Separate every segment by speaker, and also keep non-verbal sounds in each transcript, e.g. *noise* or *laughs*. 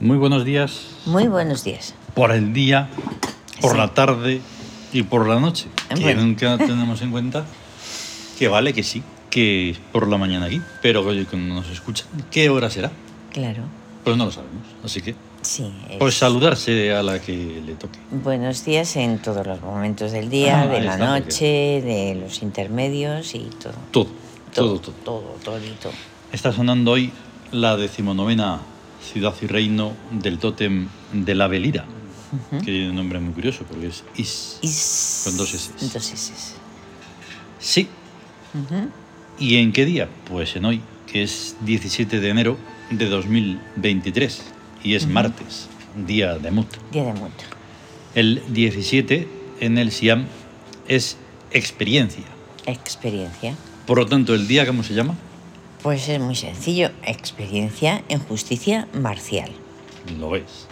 Speaker 1: Muy buenos días
Speaker 2: Muy buenos días.
Speaker 1: por el día, por
Speaker 2: Sí.
Speaker 1: la tarde y por la noche.
Speaker 2: Eh,
Speaker 1: Que
Speaker 2: bueno. *laughs*
Speaker 1: nunca tenemos en cuenta que vale que sí, que es por la mañana aquí, pero oye, cuando nos escuchan, ¿qué hora será?
Speaker 2: Claro.
Speaker 1: Pues no lo sabemos. Así que,
Speaker 2: Sí. es-
Speaker 1: pues saludarse a la que le toque.
Speaker 2: Buenos días en todos los momentos del día,
Speaker 1: Ah,
Speaker 2: de
Speaker 1: ahí
Speaker 2: la
Speaker 1: está, muy
Speaker 2: noche, de los intermedios y todo.
Speaker 1: Todo, todo, todo.
Speaker 2: Todo, todito.
Speaker 1: Está sonando hoy la decimonovena ciudad y reino del tótem de la Belira, que tiene un nombre muy curioso porque es Is.
Speaker 2: Is-
Speaker 1: Con dos eses.
Speaker 2: Dos eses.
Speaker 1: Sí. ¿Y en qué día? Pues en hoy, que es 17 de enero de 2023 y es martes, día de Mut.
Speaker 2: Día de muerto.
Speaker 1: El 17 en el Siam es experiencia.
Speaker 2: Experiencia.
Speaker 1: Por lo tanto, el día, ¿cómo se llama?
Speaker 2: Pues es muy sencillo. Experiencia en justicia marcial.
Speaker 1: Lo ves.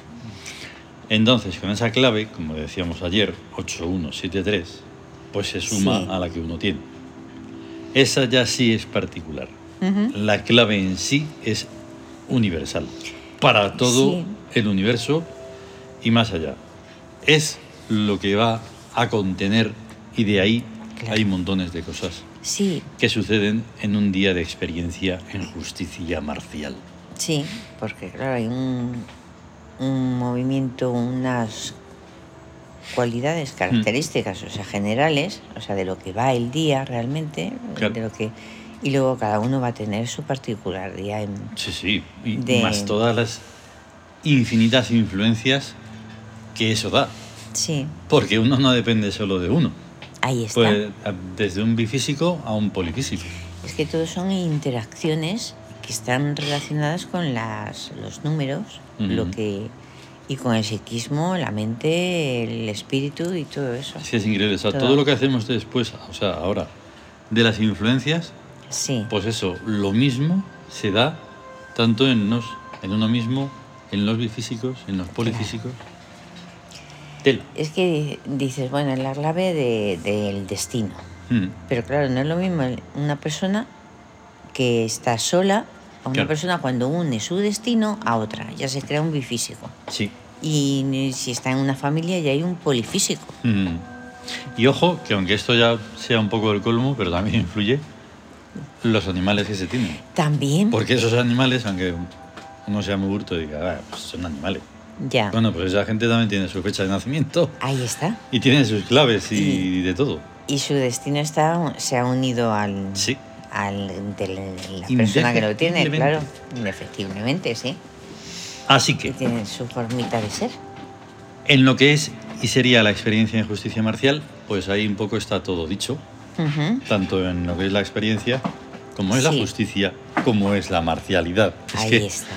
Speaker 1: Entonces, con esa clave, como decíamos ayer, 8173, pues se suma
Speaker 2: Sí.
Speaker 1: a la que uno tiene. Esa ya sí es particular. La clave en sí es universal. Para todo
Speaker 2: Sí.
Speaker 1: el universo y más allá. Es lo que va a contener y de ahí
Speaker 2: Claro.
Speaker 1: hay montones de cosas
Speaker 2: Sí,
Speaker 1: que suceden en un día de experiencia en justicia marcial.
Speaker 2: sí, porque claro, hay un, un movimiento, unas
Speaker 1: Hmm.
Speaker 2: cualidades, características, o sea, generales, o sea, de lo que va el día realmente,
Speaker 1: Claro.
Speaker 2: de lo que y luego cada uno va a tener su particular día en
Speaker 1: Sí, sí, y
Speaker 2: de-
Speaker 1: más todas las infinitas influencias que eso da,
Speaker 2: sí,
Speaker 1: porque uno no depende solo de uno,
Speaker 2: ahí está.
Speaker 1: puede, a- desde un bifísico a un polifísico.
Speaker 2: Es que todo son interacciones que están relacionadas con las, los números,
Speaker 1: Ujú.
Speaker 2: lo que y con el psiquismo, la mente, el espíritu y todo eso.
Speaker 1: Sí, es increíble, o sea,
Speaker 2: Todo.
Speaker 1: todo lo que hacemos después, o sea, ahora, de las influencias,
Speaker 2: Sí.
Speaker 1: pues eso, lo mismo se da tanto en, nos, en uno mismo, en los bifísicos, en los polifísicos. Tela.
Speaker 2: Es que dices, bueno, es la clave de- del destino.
Speaker 1: Mm,
Speaker 2: Pero claro, no es lo mismo el- una persona que está sola a una
Speaker 1: Claro.
Speaker 2: persona cuando une su destino a otra. Ya se crea un bifísico.
Speaker 1: sí.
Speaker 2: Y ni- si está en una familia ya hay un polifísico.
Speaker 1: Mm. Y ojo, que aunque esto ya sea un poco el colmo, pero también influye los animales que se tienen.
Speaker 2: También.
Speaker 1: Porque esos animales, aunque uno sea muy burto y diga, "Ah, pues son animales.
Speaker 2: Ya.
Speaker 1: Bueno, pues esa gente también tiene su fecha de nacimiento
Speaker 2: Ahí está.
Speaker 1: y tiene sus claves y, de todo.
Speaker 2: Y su destino está, se ha unido al,
Speaker 1: Sí.
Speaker 2: al de la- la persona que lo tiene,
Speaker 1: Indefectiblemente.
Speaker 2: claro. Indefectiblemente, sí.
Speaker 1: Así
Speaker 2: Que
Speaker 1: que,
Speaker 2: tiene su formita de ser.
Speaker 1: en lo que es y sería la experiencia en justicia marcial, pues ahí un poco está todo dicho,
Speaker 2: Ujú.
Speaker 1: tanto en lo que es la experiencia, como es la
Speaker 2: Sí.
Speaker 1: justicia, como es la marcialidad. Es
Speaker 2: Ahí
Speaker 1: que-
Speaker 2: está.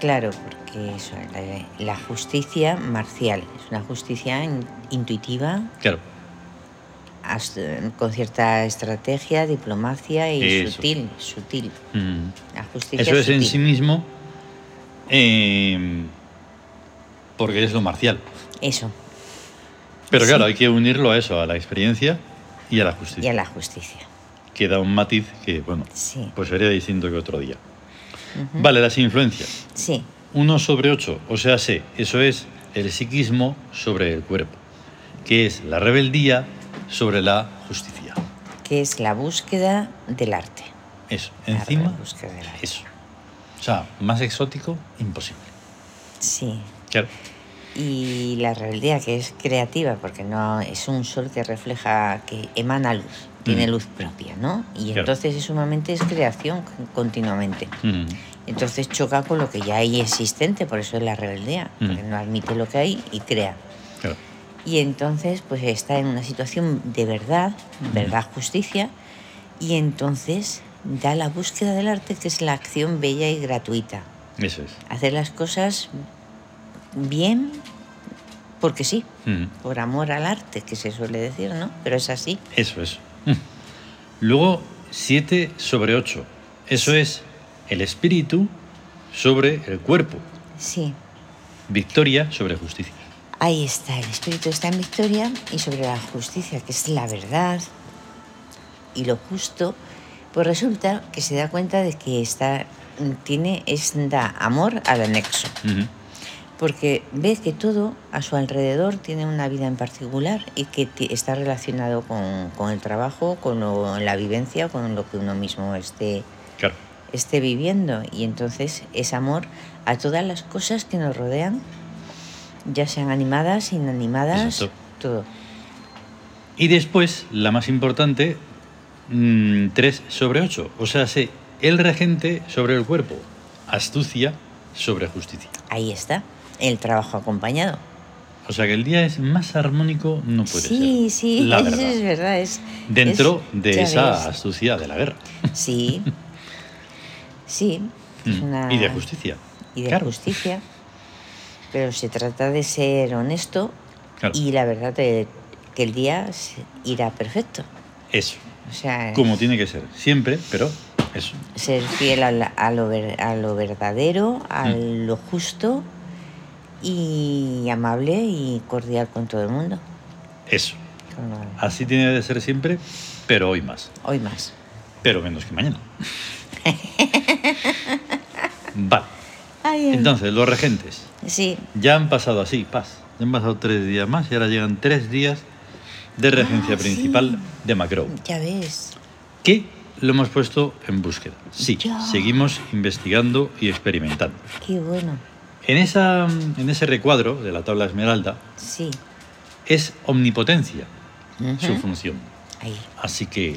Speaker 2: Claro, porque eso, la, la justicia marcial es una justicia in- intuitiva
Speaker 1: claro,
Speaker 2: as- con cierta estrategia, diplomacia y
Speaker 1: Eso.
Speaker 2: sutil, sutil.
Speaker 1: Mm.
Speaker 2: La justicia
Speaker 1: Eso es en
Speaker 2: sutil.
Speaker 1: sí mismo eh, porque es lo marcial.
Speaker 2: Eso,
Speaker 1: Pero claro,
Speaker 2: Sí.
Speaker 1: hay que unirlo a eso, a la experiencia y a la
Speaker 2: y
Speaker 1: justicia.
Speaker 2: a la justicia.
Speaker 1: Que da un matiz que, bueno,
Speaker 2: Sí.
Speaker 1: pues sería distinto que otro día. Vale, las influencias.
Speaker 2: Sí,
Speaker 1: 1 sobre 8, o sea, sé, eso es el psiquismo sobre el cuerpo, que es la rebeldía sobre la justicia.
Speaker 2: que es la búsqueda del arte.
Speaker 1: Eso,
Speaker 2: La
Speaker 1: encima,
Speaker 2: búsqueda del arte.
Speaker 1: eso. O sea, más exótico, imposible.
Speaker 2: Sí.
Speaker 1: Claro.
Speaker 2: Y la rebeldía, que es creativa, porque no es un sol que refleja, que emana luz, tiene
Speaker 1: Mm.
Speaker 2: luz propia, ¿no? Y
Speaker 1: Claro.
Speaker 2: entonces es sumamente es creación continuamente.
Speaker 1: Mm,
Speaker 2: Entonces choca con lo que ya hay existente, por eso es la rebeldía,
Speaker 1: Mm.
Speaker 2: porque no admite lo que hay y crea.
Speaker 1: claro.
Speaker 2: Y entonces pues está en una situación de verdad,
Speaker 1: Mm.
Speaker 2: verdad, justicia, y entonces da la búsqueda del arte, que es la acción bella y gratuita.
Speaker 1: Eso es.
Speaker 2: Hacer las cosas bien porque sí,
Speaker 1: Mm.
Speaker 2: por amor al arte, que se suele decir, ¿no? Pero es así.
Speaker 1: Eso es. Mm. Luego, 7 sobre 8. Eso es el espíritu sobre el cuerpo.
Speaker 2: Sí.
Speaker 1: Victoria sobre justicia.
Speaker 2: Ahí está, el espíritu está en victoria y sobre la justicia, que es la verdad y lo justo, pues resulta que se da cuenta de que está tiene es da amor al anexo,
Speaker 1: Ujú.
Speaker 2: porque ve que todo a su alrededor tiene una vida en particular y que ti- está relacionado con, con el trabajo, con lo- la vivencia, con lo que uno mismo esté,
Speaker 1: Claro.
Speaker 2: esté viviendo. Y entonces es amor a todas las cosas que nos rodean, ya sean animadas, inanimadas,
Speaker 1: Exacto.
Speaker 2: todo.
Speaker 1: Y después, la más importante, 3 sobre 8. O sea, sé el regente sobre el cuerpo, astucia sobre justicia.
Speaker 2: Ahí está, el trabajo acompañado.
Speaker 1: O sea que el día es más armónico, no puede ser.
Speaker 2: sí, sí,
Speaker 1: la
Speaker 2: eso
Speaker 1: verdad.
Speaker 2: *laughs* es verdad. Es,
Speaker 1: Dentro
Speaker 2: es-
Speaker 1: de
Speaker 2: ya
Speaker 1: esa
Speaker 2: ves.
Speaker 1: astucia de la guerra
Speaker 2: Sí. Sí. es
Speaker 1: Mm.
Speaker 2: una-
Speaker 1: y de justicia.
Speaker 2: Y de
Speaker 1: Claro.
Speaker 2: justicia. Pero se trata de ser honesto
Speaker 1: Claro.
Speaker 2: y la verdad de- que el día se- irá perfecto.
Speaker 1: Eso,
Speaker 2: O sea,
Speaker 1: como tiene que ser. Siempre, pero eso.
Speaker 2: ser fiel a, la- a lo, ver- a lo verdadero, a
Speaker 1: Mm.
Speaker 2: lo justo y amable y cordial con todo el mundo.
Speaker 1: Eso.
Speaker 2: Con lo-
Speaker 1: Así tiene de ser siempre, pero hoy más.
Speaker 2: Hoy más.
Speaker 1: Pero menos que
Speaker 2: *laughs*
Speaker 1: mañana. vale.
Speaker 2: Ay, ay.
Speaker 1: Entonces, los regentes.
Speaker 2: Sí,
Speaker 1: Ya han pasado así, paz. Ya han pasado tres días más y ahora llegan tres días de regencia
Speaker 2: Ah, sí.
Speaker 1: principal de Macro.
Speaker 2: ya ves.
Speaker 1: Que lo hemos puesto en búsqueda. Sí,
Speaker 2: Ya.
Speaker 1: seguimos investigando y experimentando.
Speaker 2: Qué bueno.
Speaker 1: En, esa, en ese recuadro de la tabla esmeralda
Speaker 2: Sí.
Speaker 1: es omnipotencia su
Speaker 2: Ujú.
Speaker 1: función.
Speaker 2: Ahí.
Speaker 1: Así que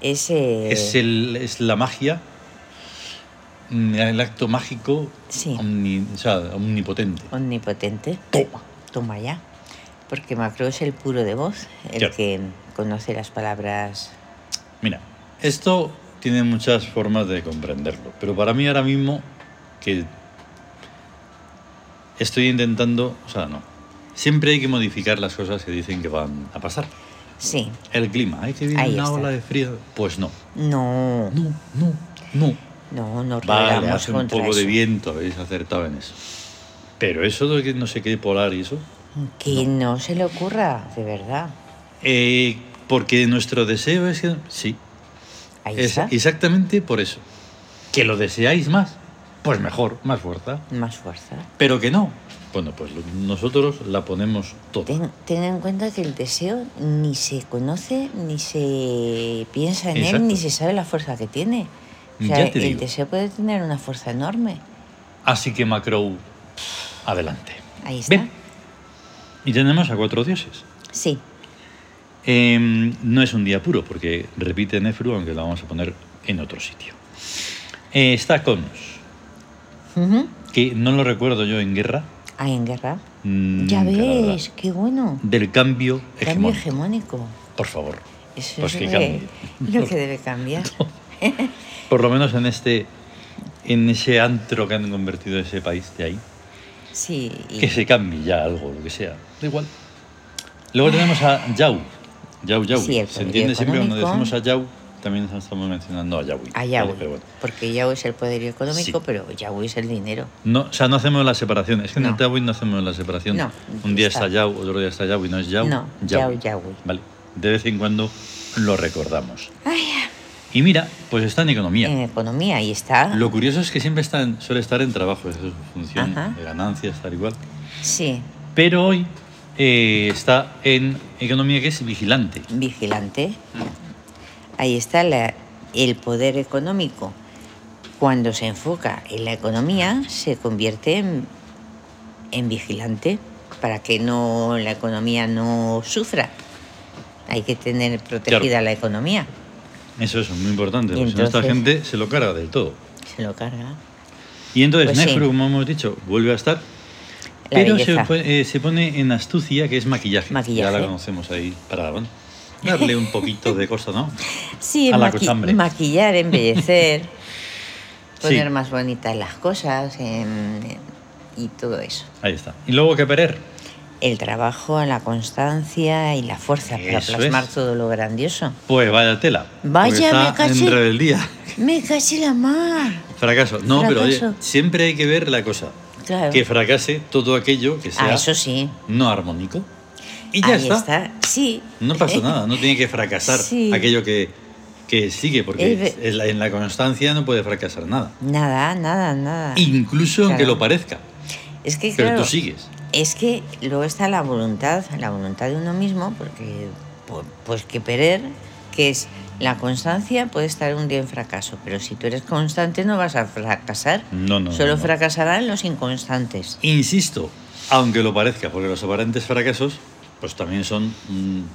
Speaker 2: Ese.
Speaker 1: es, el, es la magia, mm, el acto mágico
Speaker 2: Sí.
Speaker 1: omni- o sea, omnipotente.
Speaker 2: Omnipotente.
Speaker 1: Toma.
Speaker 2: Toma ya. Porque Macro es el puro de voz, el
Speaker 1: Claro.
Speaker 2: que conoce las palabras.
Speaker 1: Mira, esto tiene muchas formas de comprenderlo, pero para mí ahora mismo que estoy intentando, o sea, no. Siempre hay que modificar las cosas que dicen que van a pasar.
Speaker 2: Sí.
Speaker 1: El clima, hay que viene
Speaker 2: Ahí
Speaker 1: una
Speaker 2: está.
Speaker 1: ola de frío. Pues no,
Speaker 2: No,
Speaker 1: no, no, no.
Speaker 2: no, no
Speaker 1: Vale,
Speaker 2: rebelamos
Speaker 1: hace un
Speaker 2: contra
Speaker 1: poco de
Speaker 2: eso.
Speaker 1: viento, habéis acertado en eso. Pero eso de que no sé qué polar y eso,
Speaker 2: Que no. se le ocurra, de verdad.
Speaker 1: eh, porque nuestro deseo es que... Sí,
Speaker 2: Ahí
Speaker 1: Es
Speaker 2: está.
Speaker 1: exactamente por eso. Que lo deseáis más, pues mejor, más fuerza.
Speaker 2: Más fuerza.
Speaker 1: Pero que no. Bueno, pues lo- nosotros la ponemos toda.
Speaker 2: Ten, ten en cuenta que el deseo ni se conoce, ni se piensa en
Speaker 1: Exacto.
Speaker 2: él, ni se sabe la fuerza que tiene. O sea,
Speaker 1: Ya te
Speaker 2: el
Speaker 1: digo.
Speaker 2: deseo puede tener una fuerza enorme.
Speaker 1: Así que Macro, adelante.
Speaker 2: Ahí está.
Speaker 1: Bien. Y tenemos a cuatro dioses.
Speaker 2: Sí,
Speaker 1: Em, no es un día puro, porque repite Nefru, aunque la vamos a poner en otro sitio. Eh, está Conos,
Speaker 2: Ujú.
Speaker 1: que no lo recuerdo yo en guerra.
Speaker 2: Ah, en guerra.
Speaker 1: Mm,
Speaker 2: ya
Speaker 1: que la verdad.
Speaker 2: ves, qué bueno.
Speaker 1: Del cambio
Speaker 2: Cambio
Speaker 1: hegemónico.
Speaker 2: hegemónico.
Speaker 1: Por favor.
Speaker 2: Eso
Speaker 1: Pues
Speaker 2: es
Speaker 1: que
Speaker 2: lo
Speaker 1: cambie.
Speaker 2: lo
Speaker 1: *laughs*
Speaker 2: que debe cambiar.
Speaker 1: Por lo menos en este en ese antro que han convertido ese país de ahí.
Speaker 2: Sí, y-
Speaker 1: Que se cambie ya algo, lo que sea. Da igual. Luego tenemos a Yau. Yau Yau.
Speaker 2: Sí, el
Speaker 1: se entiende
Speaker 2: poderío
Speaker 1: siempre cuando
Speaker 2: económico.
Speaker 1: decimos a Yau, también estamos mencionando a Yahui.
Speaker 2: a Yahweh.
Speaker 1: Vale, pero bueno.
Speaker 2: Porque Yahweh es el poder económico,
Speaker 1: Sí.
Speaker 2: pero Yahweh es el dinero.
Speaker 1: No, o sea, no hacemos la separación. Es que en
Speaker 2: No.
Speaker 1: el Yahweh no hacemos la separación.
Speaker 2: No,
Speaker 1: Un día
Speaker 2: está.
Speaker 1: está Yau, otro día está Yau y no es Yau.
Speaker 2: No,
Speaker 1: Yahweh.
Speaker 2: Yahweh, Yahweh.
Speaker 1: Vale. De vez en cuando lo recordamos. Y mira, pues está en economía.
Speaker 2: En economía, ahí está.
Speaker 1: Lo curioso es que siempre está en- suele estar en trabajo, esa es su función,
Speaker 2: Ajá.
Speaker 1: de ganancias, tal igual.
Speaker 2: Sí,
Speaker 1: Pero hoy eh, está en economía que es vigilante.
Speaker 2: vigilante. Ahí está la- el poder económico. Cuando se enfoca en la economía, se convierte en, en vigilante para que no la economía no sufra. Hay que tener protegida
Speaker 1: Claro.
Speaker 2: la economía.
Speaker 1: Eso es muy importante,
Speaker 2: Y
Speaker 1: porque si no, esta
Speaker 2: entonces-
Speaker 1: gente se lo carga del todo.
Speaker 2: Se lo carga.
Speaker 1: Y entonces
Speaker 2: Pues sí.
Speaker 1: Nefru, como hemos dicho, vuelve a estar, pero se,
Speaker 2: belleza.
Speaker 1: pone- eh, se pone en astucia, que es maquillaje. Ya
Speaker 2: Maquillaje.
Speaker 1: la conocemos ahí para bueno, darle un poquito de cosa, ¿no?
Speaker 2: Sí,
Speaker 1: a la
Speaker 2: maqui-
Speaker 1: cochambre.
Speaker 2: maquillar,
Speaker 1: *laughs*
Speaker 2: embellecer,
Speaker 1: Sí.
Speaker 2: poner más bonitas las cosas em, y todo eso.
Speaker 1: Ahí está. Y luego que Perer,
Speaker 2: El trabajo, la constancia y la fuerza para
Speaker 1: Eso
Speaker 2: plasmar
Speaker 1: es.
Speaker 2: todo lo grandioso.
Speaker 1: pues vaya tela. porque
Speaker 2: Vaya, me
Speaker 1: está
Speaker 2: caché.
Speaker 1: en rebeldía.
Speaker 2: Me caché la mar.
Speaker 1: Fracaso. No, pero oye,
Speaker 2: Fracaso.
Speaker 1: siempre hay que ver la cosa.
Speaker 2: Claro.
Speaker 1: que fracase todo aquello que sea
Speaker 2: ah, eso sí.
Speaker 1: no armónico. Y ya
Speaker 2: Ahí
Speaker 1: está.
Speaker 2: Sí. *laughs*
Speaker 1: No pasa nada, no tiene que fracasar
Speaker 2: Sí.
Speaker 1: aquello que Que sigue, porque
Speaker 2: Es ve-
Speaker 1: es la- en la constancia no puede fracasar nada.
Speaker 2: Nada, nada, nada.
Speaker 1: Incluso aunque
Speaker 2: Ah, Claro.
Speaker 1: lo parezca.
Speaker 2: es que,
Speaker 1: Pero
Speaker 2: claro,
Speaker 1: tú sigues.
Speaker 2: es que luego está la voluntad, la voluntad de uno mismo, porque pu- pues que Perer, que es la constancia, puede estar un día en fracaso, pero si tú eres constante no vas a fracasar.
Speaker 1: No, no.
Speaker 2: Solo
Speaker 1: no, no.
Speaker 2: fracasarán los inconstantes.
Speaker 1: Insisto, aunque lo parezca, porque los aparentes fracasos, pues también son un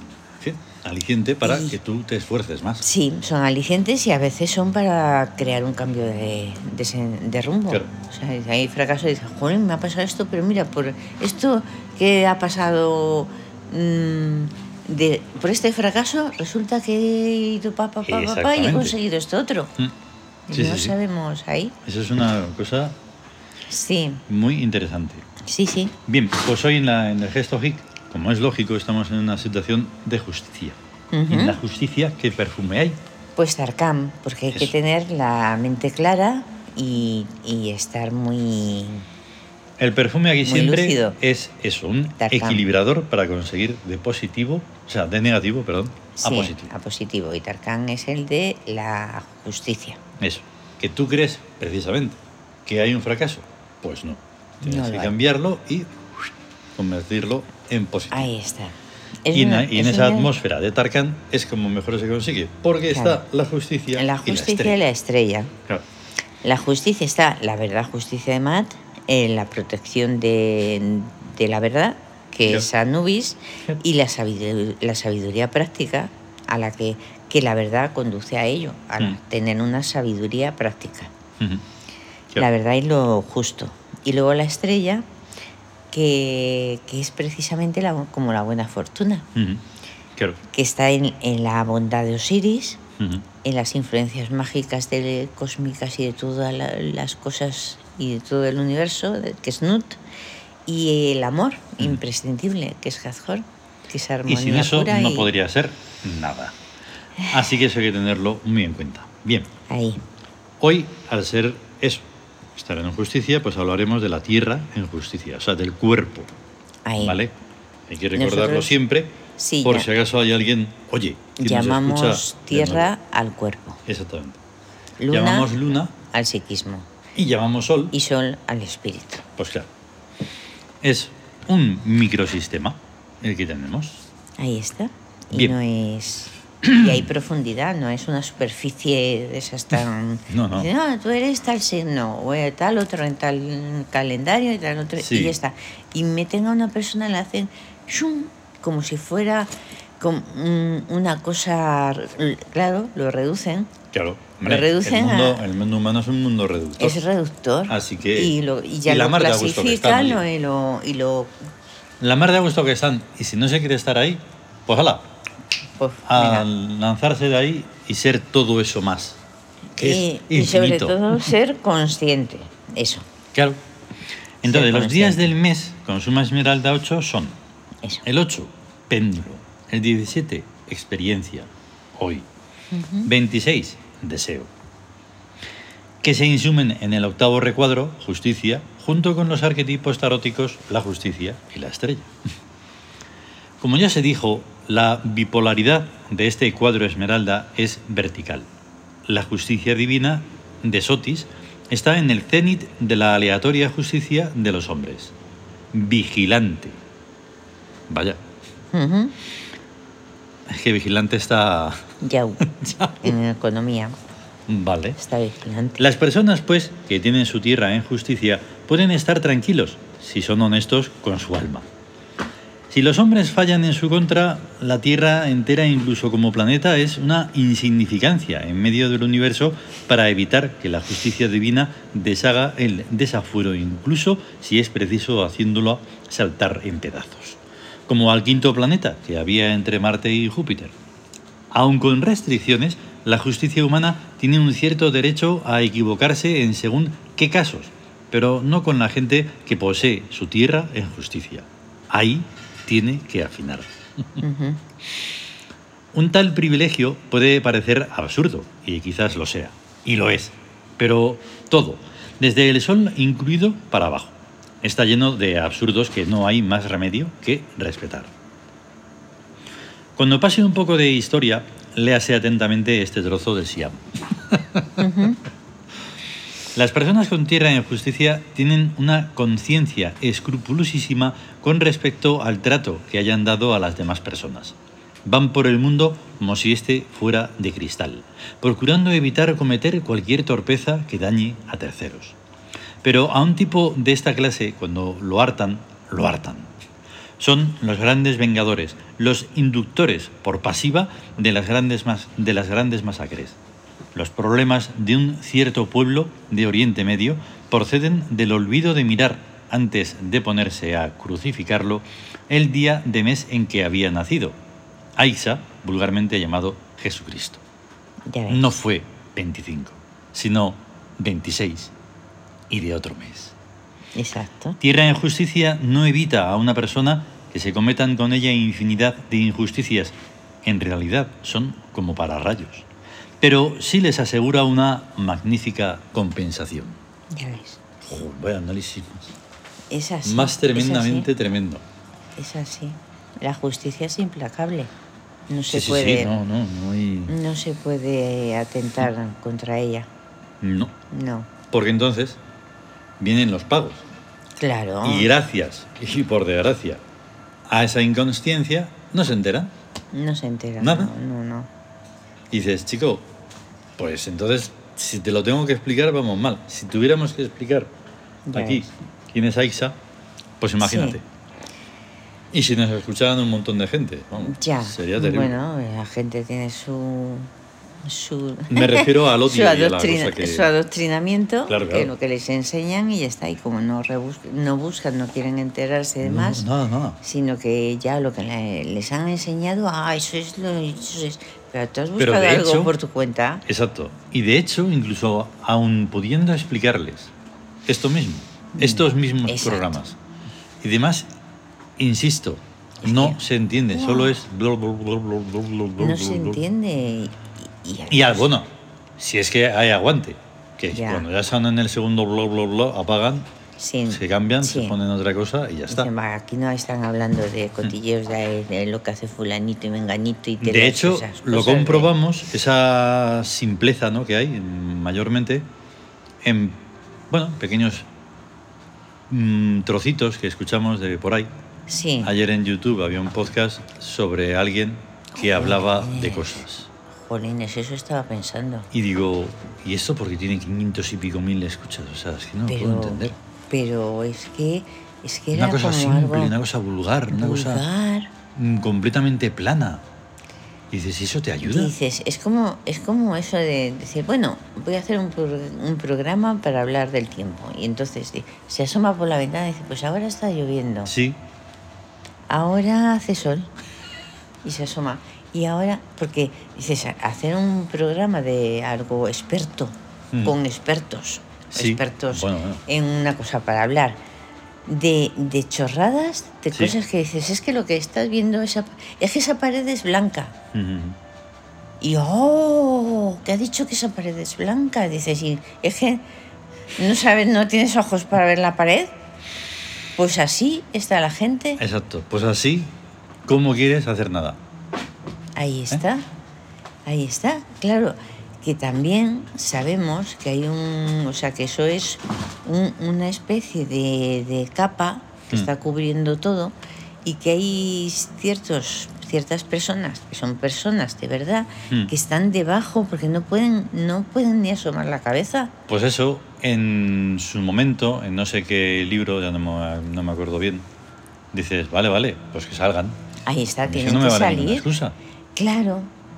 Speaker 1: sí, aliciente para
Speaker 2: Y-
Speaker 1: que tú te esfuerces más.
Speaker 2: Sí, son alicientes y a veces son para crear un cambio de, de, sen- de rumbo.
Speaker 1: Claro.
Speaker 2: O sea, hay fracaso y dices, joder, me ha pasado esto, pero mira, por esto que ha pasado, mm, de, por este fracaso, resulta que he ido pa, pa, pa, pa, pa, y he
Speaker 1: Exactamente.
Speaker 2: conseguido esto otro.
Speaker 1: Mm.
Speaker 2: Y
Speaker 1: Sí,
Speaker 2: no
Speaker 1: sí, sí.
Speaker 2: sabemos ahí.
Speaker 1: Esa es una cosa
Speaker 2: Sí,
Speaker 1: muy interesante.
Speaker 2: sí, sí.
Speaker 1: Bien, pues hoy en, la- en el gesto hic, como es lógico, estamos en una situación de justicia.
Speaker 2: Ujú.
Speaker 1: Y en la justicia, ¿qué perfume hay?
Speaker 2: Pues Tarkam, porque hay que
Speaker 1: Eso.
Speaker 2: tener la mente clara y, y estar muy...
Speaker 1: El perfume aquí
Speaker 2: Muy
Speaker 1: siempre
Speaker 2: lúcido.
Speaker 1: es eso, un
Speaker 2: Tarkan.
Speaker 1: equilibrador para conseguir de positivo, o sea, de negativo, perdón, a
Speaker 2: sí, Ah.
Speaker 1: positivo.
Speaker 2: a positivo. Y Tarkam es el de la justicia.
Speaker 1: Eso. Que tú crees, precisamente, que hay un fracaso. Pues no. Tienes
Speaker 2: No lo
Speaker 1: que
Speaker 2: hay.
Speaker 1: cambiarlo y uff, convertirlo en positivo.
Speaker 2: Ahí está. Ah, Es
Speaker 1: Y en,
Speaker 2: una-
Speaker 1: y en
Speaker 2: es
Speaker 1: esa
Speaker 2: una-
Speaker 1: atmósfera de Tarkan es como mejor se consigue. Porque
Speaker 2: Claro.
Speaker 1: está la justicia.
Speaker 2: La justicia y la estrella.
Speaker 1: Claro.
Speaker 2: La justicia está, la verdad, justicia de Matt, en la protección de, de la verdad, que
Speaker 1: Ya.
Speaker 2: es Anubis,
Speaker 1: Ya.
Speaker 2: y la sabidu- la sabiduría, práctica, a la que, que la verdad conduce a ello, a la-
Speaker 1: Mm.
Speaker 2: tener una sabiduría práctica.
Speaker 1: Ujú.
Speaker 2: La
Speaker 1: Claro.
Speaker 2: verdad y lo justo. Y luego la estrella, que, que es precisamente la, bu- como la buena fortuna,
Speaker 1: Ujú. Claro.
Speaker 2: que está en, en la bondad de Osiris,
Speaker 1: Ujú.
Speaker 2: en las influencias mágicas de, cósmicas y de todas la- las cosas y de todo el universo, de- que es Nut, y el amor imprescindible, que es Hathor, que es
Speaker 1: Mm. Y
Speaker 2: armonía
Speaker 1: sin eso
Speaker 2: pura
Speaker 1: no
Speaker 2: y-
Speaker 1: podría ser nada. Así que eso hay que tenerlo muy en cuenta. Bien.
Speaker 2: Ahí,
Speaker 1: Hoy, al ser eso, estar en justicia, pues hablaremos de la tierra en justicia, o sea, del cuerpo.
Speaker 2: ahí.
Speaker 1: ¿Vale? Hay que recordarlo
Speaker 2: Nosotros-
Speaker 1: siempre.
Speaker 2: Sí,
Speaker 1: por
Speaker 2: ya.
Speaker 1: si acaso hay alguien, oye, que nos
Speaker 2: Llamamos
Speaker 1: escucha de
Speaker 2: tierra
Speaker 1: nuevo.
Speaker 2: al cuerpo,
Speaker 1: Exactamente.
Speaker 2: luna
Speaker 1: Llamamos luna
Speaker 2: al psiquismo
Speaker 1: y llamamos sol.
Speaker 2: y sol al espíritu.
Speaker 1: Pues claro. Es un microsistema el que tenemos.
Speaker 2: Ahí está. Y
Speaker 1: Bien.
Speaker 2: no es. Y hay profundidad, no es una superficie de esas tan.
Speaker 1: *laughs* No, no.
Speaker 2: Dice, tú eres tal signo, o eh, tal otro en tal calendario y tal otro.
Speaker 1: Sí.
Speaker 2: Y ya está. Y meten a una persona, le hacen shum, como si fuera com- mm, una cosa. r- Claro, lo reducen.
Speaker 1: Claro.
Speaker 2: Lo reducen
Speaker 1: el, mundo,
Speaker 2: a-
Speaker 1: el mundo humano es un mundo reductor.
Speaker 2: Es reductor.
Speaker 1: Así que-
Speaker 2: Y, lo, y ya
Speaker 1: y la
Speaker 2: lo
Speaker 1: mar de a gusto que está,
Speaker 2: clasifican
Speaker 1: ¿no?
Speaker 2: lo- y lo, y lo.
Speaker 1: La mar de gusto que están. Y si no se quiere estar ahí, pues hala,
Speaker 2: pues,
Speaker 1: a
Speaker 2: venga.
Speaker 1: lanzarse de ahí y ser todo eso más. Que es
Speaker 2: y, y sobre
Speaker 1: infinito.
Speaker 2: todo ser consciente. Eso,
Speaker 1: Claro. Entonces, los
Speaker 2: consciente.
Speaker 1: días del mes con suma esmeralda 8 son
Speaker 2: eso.
Speaker 1: el 8, péndulo. El 17, experiencia. Hoy. 26, deseo. Que se insumen en el octavo recuadro, justicia, junto con los arquetipos taróticos, la justicia y la estrella. *laughs* Como ya se dijo, la bipolaridad de este cuadro esmeralda es vertical. La justicia divina de Sotis está en el cenit de la aleatoria justicia de los hombres. Vigilante. Vaya,
Speaker 2: Ujú.
Speaker 1: es que vigilante está... *laughs*
Speaker 2: Yau. En economía
Speaker 1: Vale.
Speaker 2: está vigilante.
Speaker 1: Las personas, pues, que tienen su tierra en justicia, pueden estar tranquilos si son honestos con su alma. Si los hombres fallan en su contra, la Tierra entera, incluso como planeta, es una insignificancia en medio del universo para evitar que la justicia divina deshaga el desafuero, incluso si es preciso haciéndolo saltar en pedazos. Como al quinto planeta que había entre Marte y Júpiter. Aun con restricciones, la justicia humana tiene un cierto derecho a equivocarse en según qué casos, pero no con la gente que posee su tierra en justicia. Ahí tiene que afinar.
Speaker 2: Ujú.
Speaker 1: Un tal privilegio puede parecer absurdo, y quizás lo sea, y lo es, pero todo, desde el sol incluido para abajo, está lleno de absurdos que no hay más remedio que respetar. Cuando pase un poco de historia, Léase atentamente este trozo de Siam. Las personas con tierra en justicia tienen una conciencia escrupulosísima con respecto al trato que hayan dado a las demás personas. Van por el mundo como si éste fuera de cristal, procurando evitar cometer cualquier torpeza que dañe a terceros. Pero a un tipo de esta clase, cuando lo hartan, lo hartan. Son los grandes vengadores, los inductores por pasiva de las grandes, mas- de las grandes masacres. Los problemas de un cierto pueblo de Oriente Medio proceden del olvido de mirar, antes de ponerse a crucificarlo, el día de mes en que había nacido, a Isa, vulgarmente llamado Jesucristo.
Speaker 2: Ya ves.
Speaker 1: No fue 25, sino 26 y de otro mes.
Speaker 2: Exacto.
Speaker 1: Tierra en justicia no evita a una persona que se cometan con ella infinidad de injusticias. En realidad son como para rayos. Pero sí les asegura una magnífica compensación.
Speaker 2: Ya ves.
Speaker 1: Joder, vaya análisis más.
Speaker 2: Es así.
Speaker 1: Más tremendamente
Speaker 2: Es
Speaker 1: tremendo.
Speaker 2: así. es así. La justicia es implacable. No
Speaker 1: Sí,
Speaker 2: se
Speaker 1: sí,
Speaker 2: puede.
Speaker 1: sí, no, no, no hay...
Speaker 2: no se puede atentar contra ella. Mm.
Speaker 1: No,
Speaker 2: No.
Speaker 1: porque entonces vienen los pagos.
Speaker 2: Claro.
Speaker 1: Y gracias, y por desgracia, a esa inconsciencia no se enteran.
Speaker 2: No se entera.
Speaker 1: Nada.
Speaker 2: No, no, no.
Speaker 1: Y dices, chico, pues entonces, si te lo tengo que explicar, vamos mal. Si tuviéramos que explicar
Speaker 2: Ya
Speaker 1: aquí
Speaker 2: ves.
Speaker 1: quién es Aixa, pues imagínate.
Speaker 2: Sí.
Speaker 1: Y si nos escucharan un montón de gente, vamos,
Speaker 2: Ya.
Speaker 1: sería terrible.
Speaker 2: Bueno, la gente tiene su. su
Speaker 1: Me refiero al odio
Speaker 2: *laughs* su,
Speaker 1: y a la
Speaker 2: adoctrina-
Speaker 1: cosa que-
Speaker 2: su adoctrinamiento,
Speaker 1: Claro,
Speaker 2: que
Speaker 1: claro.
Speaker 2: lo que les enseñan y ya está. Y como no, rebus- no buscan, no quieren enterarse de
Speaker 1: No,
Speaker 2: más,
Speaker 1: nada, nada.
Speaker 2: sino que ya lo que le- les han enseñado, ah, eso es lo. Eso es. Pero tú has
Speaker 1: Pero
Speaker 2: buscado
Speaker 1: de
Speaker 2: algo
Speaker 1: hecho-
Speaker 2: por tu cuenta.
Speaker 1: Exacto. Y de hecho, incluso aun pudiendo explicarles esto mismo, estos mismos
Speaker 2: Exacto.
Speaker 1: programas. Y demás, insisto,
Speaker 2: Es
Speaker 1: no
Speaker 2: que-
Speaker 1: se entiende, solo es... bla, bla, bla, bla, bla, bla, bla,
Speaker 2: No se
Speaker 1: bla, bla.
Speaker 2: entiende. Y, y-
Speaker 1: Y ah, bueno, si es que hay aguante, que
Speaker 2: Ya.
Speaker 1: cuando ya están en el segundo bla bla bla, apagan,
Speaker 2: sí,
Speaker 1: se cambian,
Speaker 2: sí.
Speaker 1: se ponen otra cosa y ya está.
Speaker 2: Dicen, "Va, aquí no están hablando de cotilleos de, de lo que hace fulanito y menganito y te
Speaker 1: De
Speaker 2: das
Speaker 1: hecho,
Speaker 2: esas
Speaker 1: lo
Speaker 2: cosas de-
Speaker 1: comprobamos, esa simpleza ¿no? que hay en- mayormente en bueno, pequeños mm, trocitos que escuchamos de por ahí.
Speaker 2: Sí.
Speaker 1: Ayer en YouTube había un podcast sobre alguien que hablaba de cosas.
Speaker 2: Jolines, eso estaba pensando.
Speaker 1: Y digo, ¿y esto porque tiene 500 y pico mil escuchas? O sea, es que no lo
Speaker 2: pero,
Speaker 1: puedo entender.
Speaker 2: pero es que es que
Speaker 1: Una
Speaker 2: era
Speaker 1: cosa
Speaker 2: como
Speaker 1: simple,
Speaker 2: algo
Speaker 1: una cosa vulgar, una cosa
Speaker 2: vulgar.
Speaker 1: mm, completamente plana. Y dices, ¿y eso te ayuda?
Speaker 2: Dices, es como, es como eso de decir, bueno, voy a hacer un, pro- un programa para hablar del tiempo. Y entonces di- se asoma por la ventana y dice, pues ahora está lloviendo,
Speaker 1: Sí,
Speaker 2: ahora hace sol. Y se asoma. Y ahora, porque dices, "Ha- hacer un programa de algo experto,
Speaker 1: Mm.
Speaker 2: con expertos,
Speaker 1: Sí,
Speaker 2: expertos
Speaker 1: bueno, bueno.
Speaker 2: en una cosa para hablar. De, de chorradas, de
Speaker 1: Sí.
Speaker 2: cosas que dices, es que lo que estás viendo, esa, pa- es que esa pared es blanca.
Speaker 1: Mm,
Speaker 2: Y oh, que ha dicho que esa pared es blanca. Dices, y es que no sabes, no tienes ojos para ver la pared. Pues así está la gente.
Speaker 1: exacto. Pues así, ¿cómo quieres hacer nada? ¿Eh?
Speaker 2: Ahí está. Ahí está. Claro, que también sabemos que hay un. O sea, que eso es un- una especie de, de capa que
Speaker 1: Mm.
Speaker 2: está cubriendo todo y que hay ciertos ciertas personas que son personas de verdad
Speaker 1: Mm.
Speaker 2: que están debajo porque no pueden no pueden ni asomar la cabeza
Speaker 1: Pues eso, en su momento, en no sé qué libro, ya no me, no me acuerdo bien, dices, vale, vale, pues que salgan.
Speaker 2: ahí está
Speaker 1: Es que
Speaker 2: tienen
Speaker 1: no me
Speaker 2: que
Speaker 1: vale ninguna
Speaker 2: salir
Speaker 1: excusa.
Speaker 2: claro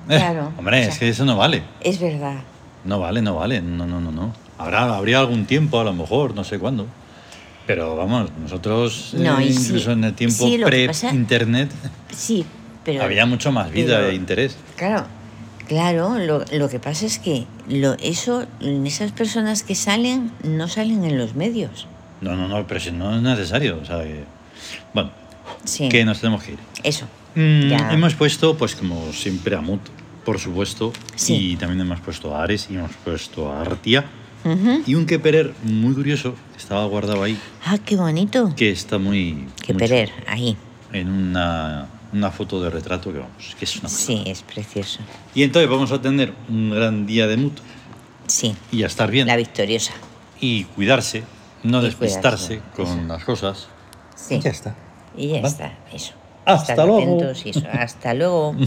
Speaker 1: Eh,
Speaker 2: claro
Speaker 1: *laughs* hombre,
Speaker 2: O sea,
Speaker 1: es que eso no vale.
Speaker 2: es verdad
Speaker 1: No vale, no vale, no, no, no, no. Habrá, habría algún tiempo, a lo mejor, no sé cuándo. Pero vamos, nosotros,
Speaker 2: No,
Speaker 1: eh,
Speaker 2: y sí.
Speaker 1: incluso en el tiempo
Speaker 2: Sí, lo que pasa-
Speaker 1: pre-internet,
Speaker 2: sí pero
Speaker 1: había mucho más vida
Speaker 2: pero-
Speaker 1: e interés.
Speaker 2: Claro, claro, lo, lo que pasa es que lo, eso, esas personas que salen no salen en los medios.
Speaker 1: No, no, no, pero si no es necesario. O sea, que- Bueno,
Speaker 2: Sí.
Speaker 1: que nos tenemos que ir.
Speaker 2: Eso.
Speaker 1: Mm,
Speaker 2: Ya.
Speaker 1: hemos puesto, pues como siempre, a Mut, por supuesto.
Speaker 2: Sí.
Speaker 1: Y también hemos puesto a Ares y hemos puesto a Artia.
Speaker 2: Ujú.
Speaker 1: Y un que perer muy curioso, que estaba guardado ahí,
Speaker 2: Ah, qué bonito.
Speaker 1: que está muy...
Speaker 2: Qué
Speaker 1: muy chulo.
Speaker 2: perer, ahí.
Speaker 1: en una una foto de retrato que vamos, que es una
Speaker 2: Sí, es precioso.
Speaker 1: Y entonces vamos a tener un gran día de mutuo
Speaker 2: Sí,
Speaker 1: y a estar bien.
Speaker 2: la victoriosa.
Speaker 1: Y cuidarse, no
Speaker 2: Y
Speaker 1: despistarse
Speaker 2: cuidarse,
Speaker 1: con
Speaker 2: eso.
Speaker 1: las cosas.
Speaker 2: Sí.
Speaker 1: Ya está.
Speaker 2: Y ya
Speaker 1: ¿Va?
Speaker 2: está, eso.
Speaker 1: Hasta
Speaker 2: Estar
Speaker 1: luego. *laughs*
Speaker 2: atentos y eso. Hasta luego.